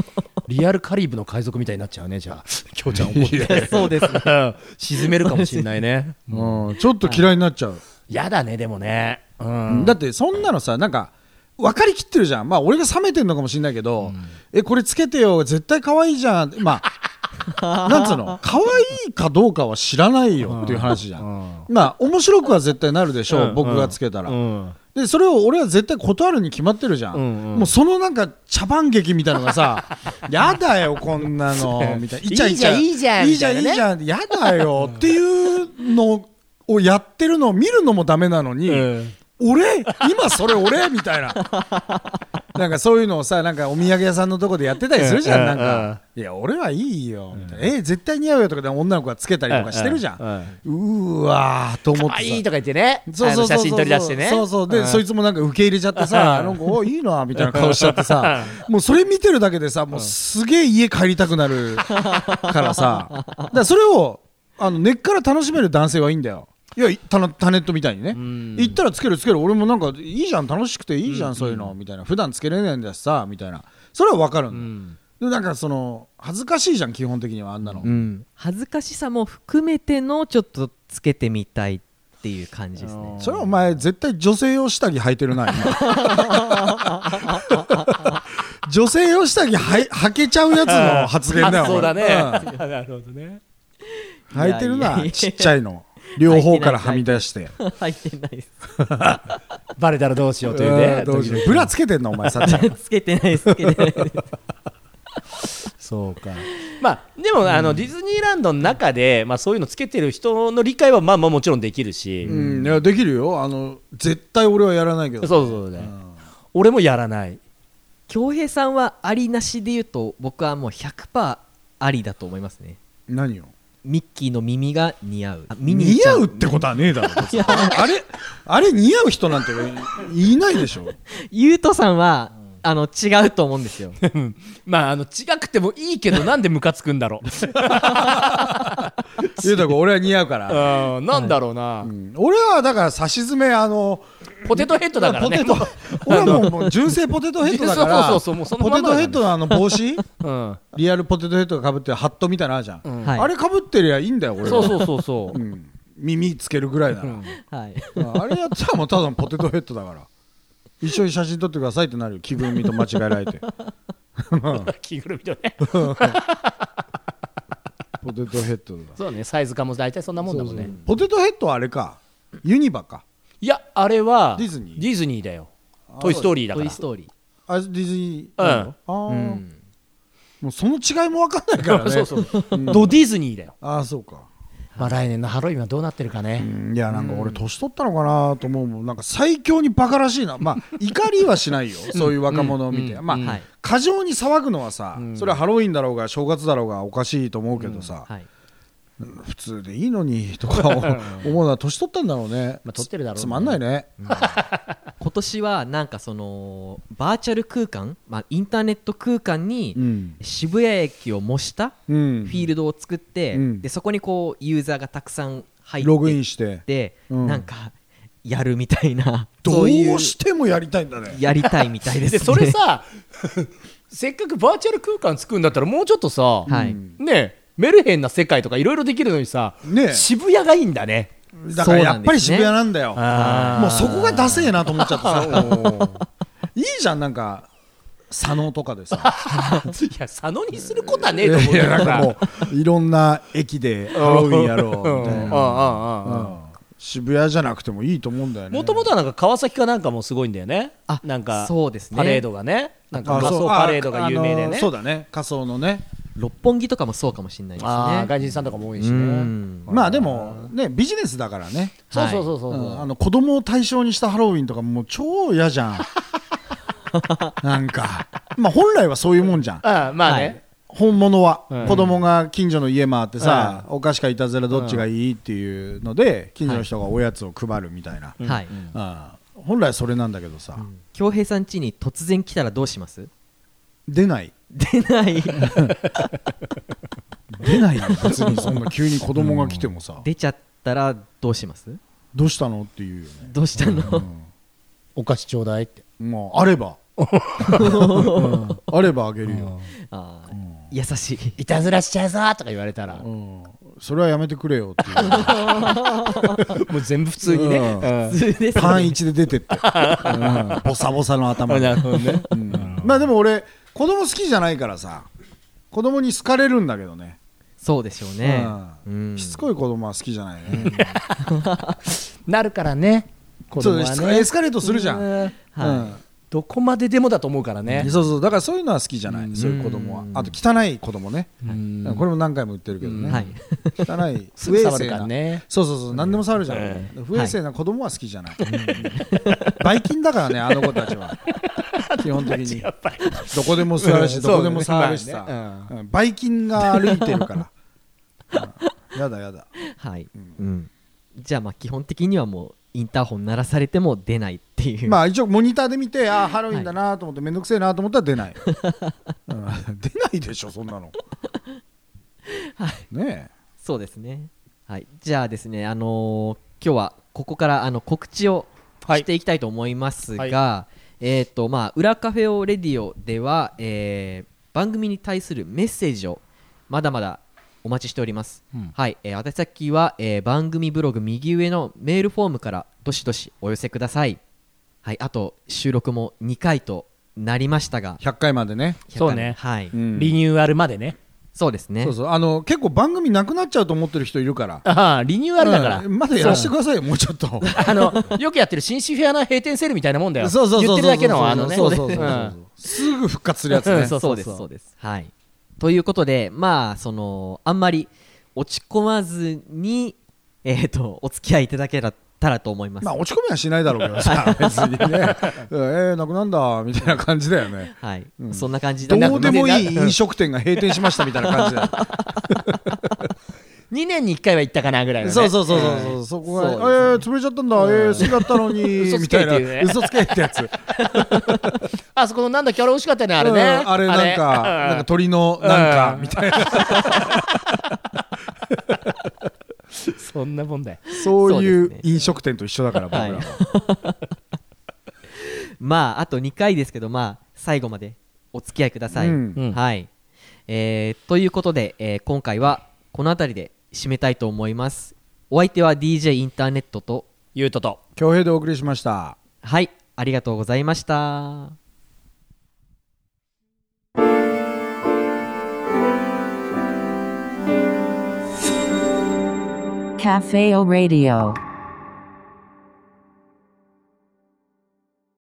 Speaker 5: リアルカリブの海賊みたいになっちゃうねじゃあ京ちゃん思っ
Speaker 3: そうですね
Speaker 5: て沈めるかもしれないね
Speaker 6: うん、ちょっと嫌いになっちゃう、
Speaker 5: (laughs) やだねでもねうん
Speaker 6: だってそんなのさなんか分かりきってるじゃんまあ俺が冷めてんのかもしれないけど、えこれつけてよ絶対可愛いじゃんま (laughs) あなんつうの可愛いかどうかは知らないよっていう話じゃん、まあ面白くは絶対なるでしょう、
Speaker 5: うん
Speaker 6: 僕がつけたら、
Speaker 5: うん
Speaker 6: でそれを俺は絶対断るに決まってるじゃん、
Speaker 5: ん
Speaker 6: もうそのなんか茶番劇みたいなのが
Speaker 5: (laughs)
Speaker 6: さやだよこんなのみたいない
Speaker 5: いじゃんいいじゃん
Speaker 6: いいじゃんいい
Speaker 5: みたい
Speaker 6: じゃんやだよっていうのをやってるのを見るのもダメなのに、
Speaker 5: うん
Speaker 6: 俺今それ俺みたいななんかそういうのをさなんかお土産屋さんのとこでやってたりするじゃん、
Speaker 5: うん
Speaker 6: なんか、いや俺はいいよみたいな、え絶対似合うよとかで女の子がつけたりとかしてるじゃん、うーわーと思って
Speaker 5: あ
Speaker 6: さ
Speaker 5: いいとか言ってね
Speaker 6: そうそうそうそう
Speaker 5: あの写真撮り出してね
Speaker 6: そうそうで、そいつもなんか受け入れちゃってさなんかおいいなみたいな顔しちゃってさもうそれ見てるだけでさもうすげえ家帰りたくなるからさだからそれをあの根っから楽しめる男性はいいんだよいやいタナタネットみたいにね行ったらつけるつける俺もなんかいいじゃん楽しくていいじゃん、そういうのみたいな普段つけれないんだしさみたいなそれは分かるんだよ、でなんかその恥ずかしいじゃん基本的にはあんなの、
Speaker 3: うん恥ずかしさも含めてのちょっとつけてみたいっていう感じですね
Speaker 6: それはお前絶対女性用下着履いてるな今
Speaker 5: (laughs)
Speaker 6: 女性用下着はい履けちゃうやつの発言だよ
Speaker 5: あそうだね、
Speaker 6: うん
Speaker 5: (laughs) なるほどね
Speaker 6: 履いてる
Speaker 3: いやいやい
Speaker 6: な
Speaker 3: や
Speaker 6: ちっちゃいの両方からはみ出して
Speaker 3: 入ってないです (laughs)
Speaker 5: バレたらどうしようといううんね
Speaker 6: どうしようブラつけてんのお前さっき
Speaker 3: つけてないですつけてな
Speaker 6: (laughs)
Speaker 3: いです
Speaker 6: そうか
Speaker 5: まあでも、あのディズニーランドの中で、まあ、そういうのつけてる人の理解はまあまあもちろんできるし、
Speaker 6: うんいやできるよあの絶対俺はやらないけ
Speaker 5: そ
Speaker 6: ど
Speaker 5: うそうそうね、俺もやらない
Speaker 3: 恭平さんはありなしで言うと僕はもう100%ありだと思いますね
Speaker 6: 何よ
Speaker 3: ミッキーの耳が似合うあミニー
Speaker 6: 似
Speaker 3: ちゃ
Speaker 6: 合
Speaker 3: ん
Speaker 6: うってことはねえだろ別にあれあれ似合う人なんていないでしょ
Speaker 3: ゆうとさんは、あの違うと思う
Speaker 6: (laughs)
Speaker 3: んですよ
Speaker 5: まああの違くてもいいけ (laughs) どなんでムカつくんだろ
Speaker 6: ゆうたくん俺は似合うから
Speaker 5: う、うん、なんだろうな、
Speaker 6: うん俺はだから差し詰めあの
Speaker 5: ポテトヘッドだからね
Speaker 6: ポテト俺はもうもう純正ポテトヘッドだから
Speaker 5: そうそうそうもうその
Speaker 6: ポ
Speaker 5: ま
Speaker 6: テ
Speaker 5: んま
Speaker 6: トヘッドのあの帽子 (laughs)
Speaker 5: うん
Speaker 6: リアルポテトヘッドが被ってるハットみたいなのあるじゃん、
Speaker 5: うん
Speaker 3: はい
Speaker 6: あれ被ってりゃいいんだよ俺は
Speaker 5: そうそうそう (laughs) そうう、
Speaker 6: ん耳つけるぐらいなら、
Speaker 3: はい
Speaker 6: うんあれやったらもうただのポテトヘッドだから一緒に写真撮ってくださいってなるよ着ぐるみと間違えられ
Speaker 5: (laughs)
Speaker 6: て
Speaker 5: 着ぐるみとね
Speaker 6: ポテトヘッドだ
Speaker 5: (laughs) そうねサイズ感も大体そんなもんだもんね
Speaker 6: ポテトヘッドはあれかユニバか
Speaker 5: いやあれは
Speaker 6: ディズニー
Speaker 5: ディズニーだよ「トイ・ストーリー」だか
Speaker 3: トイ・
Speaker 5: ら
Speaker 3: ストーリ
Speaker 6: あディズニー
Speaker 5: うん
Speaker 6: なのあーもうその違いも分かんないからね
Speaker 5: (laughs) そうそうドディズニーだよ
Speaker 6: ああそうか
Speaker 5: まあ来年のハロウィンはどうなってるかね
Speaker 6: いやなんか俺年取ったのかなと思うもんなんか最強にバカらしいなまあ怒りはしないよそういう若者を見てま
Speaker 3: ーは
Speaker 6: あ
Speaker 3: い
Speaker 6: 過剰に騒ぐのはさそれはハロウィンだろうが正月だろうがおかしいと思うけどさ
Speaker 3: はい
Speaker 6: 普通でいいのにとか思うのは年取ったんだろうね
Speaker 5: まあ取ってるだろうね
Speaker 6: つつまんないね
Speaker 3: 今年はなんかそのバーチャル空間、まあ、インターネット空間に
Speaker 6: うん
Speaker 3: 渋谷駅を模した
Speaker 6: う
Speaker 3: フ
Speaker 6: ん
Speaker 3: ィールドを作って、
Speaker 6: うん
Speaker 3: でそこにこうユーザーがたくさん入って
Speaker 6: ログインして
Speaker 3: で、
Speaker 6: うん
Speaker 3: なんかやるみたいな
Speaker 6: (laughs) ど
Speaker 3: そう
Speaker 6: う
Speaker 3: いう
Speaker 6: してもやりたいんだね
Speaker 3: やりたいみたいです
Speaker 6: (laughs)
Speaker 5: で
Speaker 3: ね
Speaker 5: それさ (laughs) せっかくバーチャル空間作るんだったらもうちょっとさ
Speaker 3: (laughs) はい
Speaker 5: ねメルヘンな世界とかいろいろできるのにさ
Speaker 6: ね
Speaker 5: 渋谷がいいんだね
Speaker 6: だからやっぱり
Speaker 3: そうなんですね
Speaker 6: 渋谷なんだよ
Speaker 5: あー
Speaker 6: もうそこがダセえなと思っちゃってさいいじゃんなんか佐野とかでさ
Speaker 5: (laughs) いや佐野にすることはねえ
Speaker 6: い
Speaker 5: と
Speaker 6: や
Speaker 5: 思
Speaker 6: い
Speaker 5: うけ
Speaker 6: やな
Speaker 5: ど
Speaker 6: んか
Speaker 5: さ
Speaker 6: もういろんな駅でハロウィンやろうみたいな、
Speaker 5: うんうんうんうん
Speaker 6: うん渋谷じゃなくてもいいと思うんだよね
Speaker 5: もともとはなんか川崎かなんかもすごいんだよね
Speaker 3: あ
Speaker 5: なんか
Speaker 3: そうですね
Speaker 5: パレードがねなんか
Speaker 6: あ
Speaker 5: 仮
Speaker 6: そう
Speaker 5: 装パレードが有名で
Speaker 6: ああの
Speaker 5: ね
Speaker 6: そうだね仮装のね
Speaker 3: 六本木とかもそうかもしれないですね
Speaker 5: ああ外人さんとかも多いし
Speaker 3: う
Speaker 5: ね
Speaker 3: ん
Speaker 6: まあでもねビジネスだからね
Speaker 5: そうそうそうそううん
Speaker 6: あの子供を対象にしたハロウィンとかもう超嫌じゃ
Speaker 5: (laughs)
Speaker 6: んなんかまあ本来はそういうもんじゃん
Speaker 5: ああまあね
Speaker 6: 本物は
Speaker 5: うん
Speaker 6: 子供が近所の家回ってさお菓子かいたずらどっちがいいっていうので近所の人がおやつを配るみたいな
Speaker 3: はい
Speaker 6: うん本来それなんだけどさ
Speaker 3: 恭平さん家に突然来たらどうします
Speaker 6: 出ない
Speaker 3: 出ない
Speaker 6: 出ないよ別に
Speaker 5: (laughs)
Speaker 6: そんな急に子供が来てもさ、
Speaker 3: 出ちゃったらどうします
Speaker 6: どうしたのっていうよね
Speaker 3: どうしたの、
Speaker 5: お菓子ちょうだいって
Speaker 6: まああれば、うんあればあげるよ、
Speaker 3: あー優しい
Speaker 5: いたずらしちゃうぞとか言われたら
Speaker 6: うん
Speaker 5: も
Speaker 6: それはやめてくれよっていう
Speaker 5: (laughs) う全部普通にね
Speaker 6: うん
Speaker 5: うん
Speaker 3: 普通です
Speaker 6: パン一で出てって、うんボサボサの頭で
Speaker 5: (laughs) なるほどね
Speaker 6: うんまあでも俺子供好きじゃないからさ子供に好かれるんだけどね、
Speaker 3: そうでしょうね、
Speaker 6: うん
Speaker 3: うん
Speaker 6: しつこい子供は好きじゃないね
Speaker 5: なるからね子
Speaker 6: そう
Speaker 5: 供
Speaker 6: し
Speaker 5: は
Speaker 6: つこいエ
Speaker 5: ね
Speaker 6: スカレートするじゃん、
Speaker 5: うん
Speaker 3: は
Speaker 5: どこまででもだと思うからね
Speaker 6: そうそうだからそういうのは好きじゃない、そういう子供はあと汚い子供ね、
Speaker 5: うん
Speaker 6: これも何回も言ってるけどね、
Speaker 3: い、はい、
Speaker 6: 汚い
Speaker 5: (laughs) す
Speaker 6: 不
Speaker 5: ぐ
Speaker 6: 衛
Speaker 5: 触
Speaker 6: 生
Speaker 5: るから
Speaker 6: な、
Speaker 5: ね
Speaker 6: そうそうそう何でも触るじゃん、
Speaker 5: え
Speaker 6: 不衛生な子供は好きじゃない、ばい菌だからねあの子たち
Speaker 5: (laughs)
Speaker 6: は基本的にどこでも座るし、
Speaker 5: うん
Speaker 6: どこでも触るし
Speaker 5: そうだ
Speaker 6: さ
Speaker 5: ね
Speaker 6: うんばい菌が歩いてるからうんやだやだ
Speaker 3: はいうん、じゃあまあ基本的にはもうインターホン鳴らされても出ないっていう、
Speaker 6: まあ一応モニターで見てあーハロウィンだなと思って面倒くせえなと思ったら出
Speaker 5: (laughs)
Speaker 6: ない、うん出ないでしょそんなの、ねえ
Speaker 3: そうですね、はい、じゃあですね、あのー今日はここからあの告知を
Speaker 5: はい
Speaker 3: していきたいと思いますが、
Speaker 5: は
Speaker 3: えっ、とまあ裏カフェオレディオでは、えー番組に対するメッセージをまだまだお待ちしております、
Speaker 5: うん
Speaker 3: はい、えー、宛先は、えー番組ブログ右上のメールフォームからどしどしお寄せくださいはいあと収録も2回となりましたが
Speaker 6: 100回までね、
Speaker 5: そうね
Speaker 3: はい、
Speaker 6: うん
Speaker 5: リニューアルまでね
Speaker 3: そうですね
Speaker 6: そうそうあの結構番組なくなっちゃうと思ってる人いるから
Speaker 5: ああリニューアルだから
Speaker 6: うんまだやらせてくださいよもうちょっと
Speaker 5: あのよくやってる新種フェアな閉店セールみたいなもんだよ
Speaker 6: そうそうそうそう
Speaker 5: 言ってるだけのあのね
Speaker 6: そうそうそうそううんすぐ復活するやつ
Speaker 5: うん
Speaker 6: ね
Speaker 5: そ
Speaker 3: (laughs)
Speaker 5: う
Speaker 3: そうですそうですはいということでまあそのあんまり落ち込まずにえっ、とお付き合いいただけたらと思います、
Speaker 6: まあ落ち込みはしないだろうけどさ別にねうんえーなくなんだみたいな感じだよね
Speaker 3: はい、
Speaker 6: うん
Speaker 3: そん (laughs) な感じで
Speaker 6: どうでもいい
Speaker 5: な
Speaker 6: 飲食店が閉店しましたみたいな感じだよ
Speaker 5: 2年に1回は行ったかなぐらいのね
Speaker 6: そうそうそうそうそうそこが
Speaker 3: そうですね
Speaker 6: えー潰れちゃったんだえー好きだったのに
Speaker 5: 嘘
Speaker 6: み
Speaker 5: つけ
Speaker 6: た
Speaker 5: っ
Speaker 6: い
Speaker 5: ていうね
Speaker 6: な嘘つけってやつ
Speaker 5: あそこのなんだっけあれ美味しかったよねあれね
Speaker 6: うんあれなんか
Speaker 5: あれ
Speaker 6: なんか鳥のなんかみたいな
Speaker 5: そんなもんだよ
Speaker 6: そうい
Speaker 3: そうです
Speaker 6: う
Speaker 3: ね
Speaker 6: 飲食店と一緒だから僕らは
Speaker 3: はいまああと2回ですけどまあ最後までお付き合いください、
Speaker 6: うん
Speaker 7: うん
Speaker 3: はい、えーということで、えー今回はこの辺りで締めたいと思いますお相手は DJ インターネットと
Speaker 7: ゆうとと。
Speaker 6: 恭平でお送りしました
Speaker 3: はいありがとうございました
Speaker 8: カフェオラディオ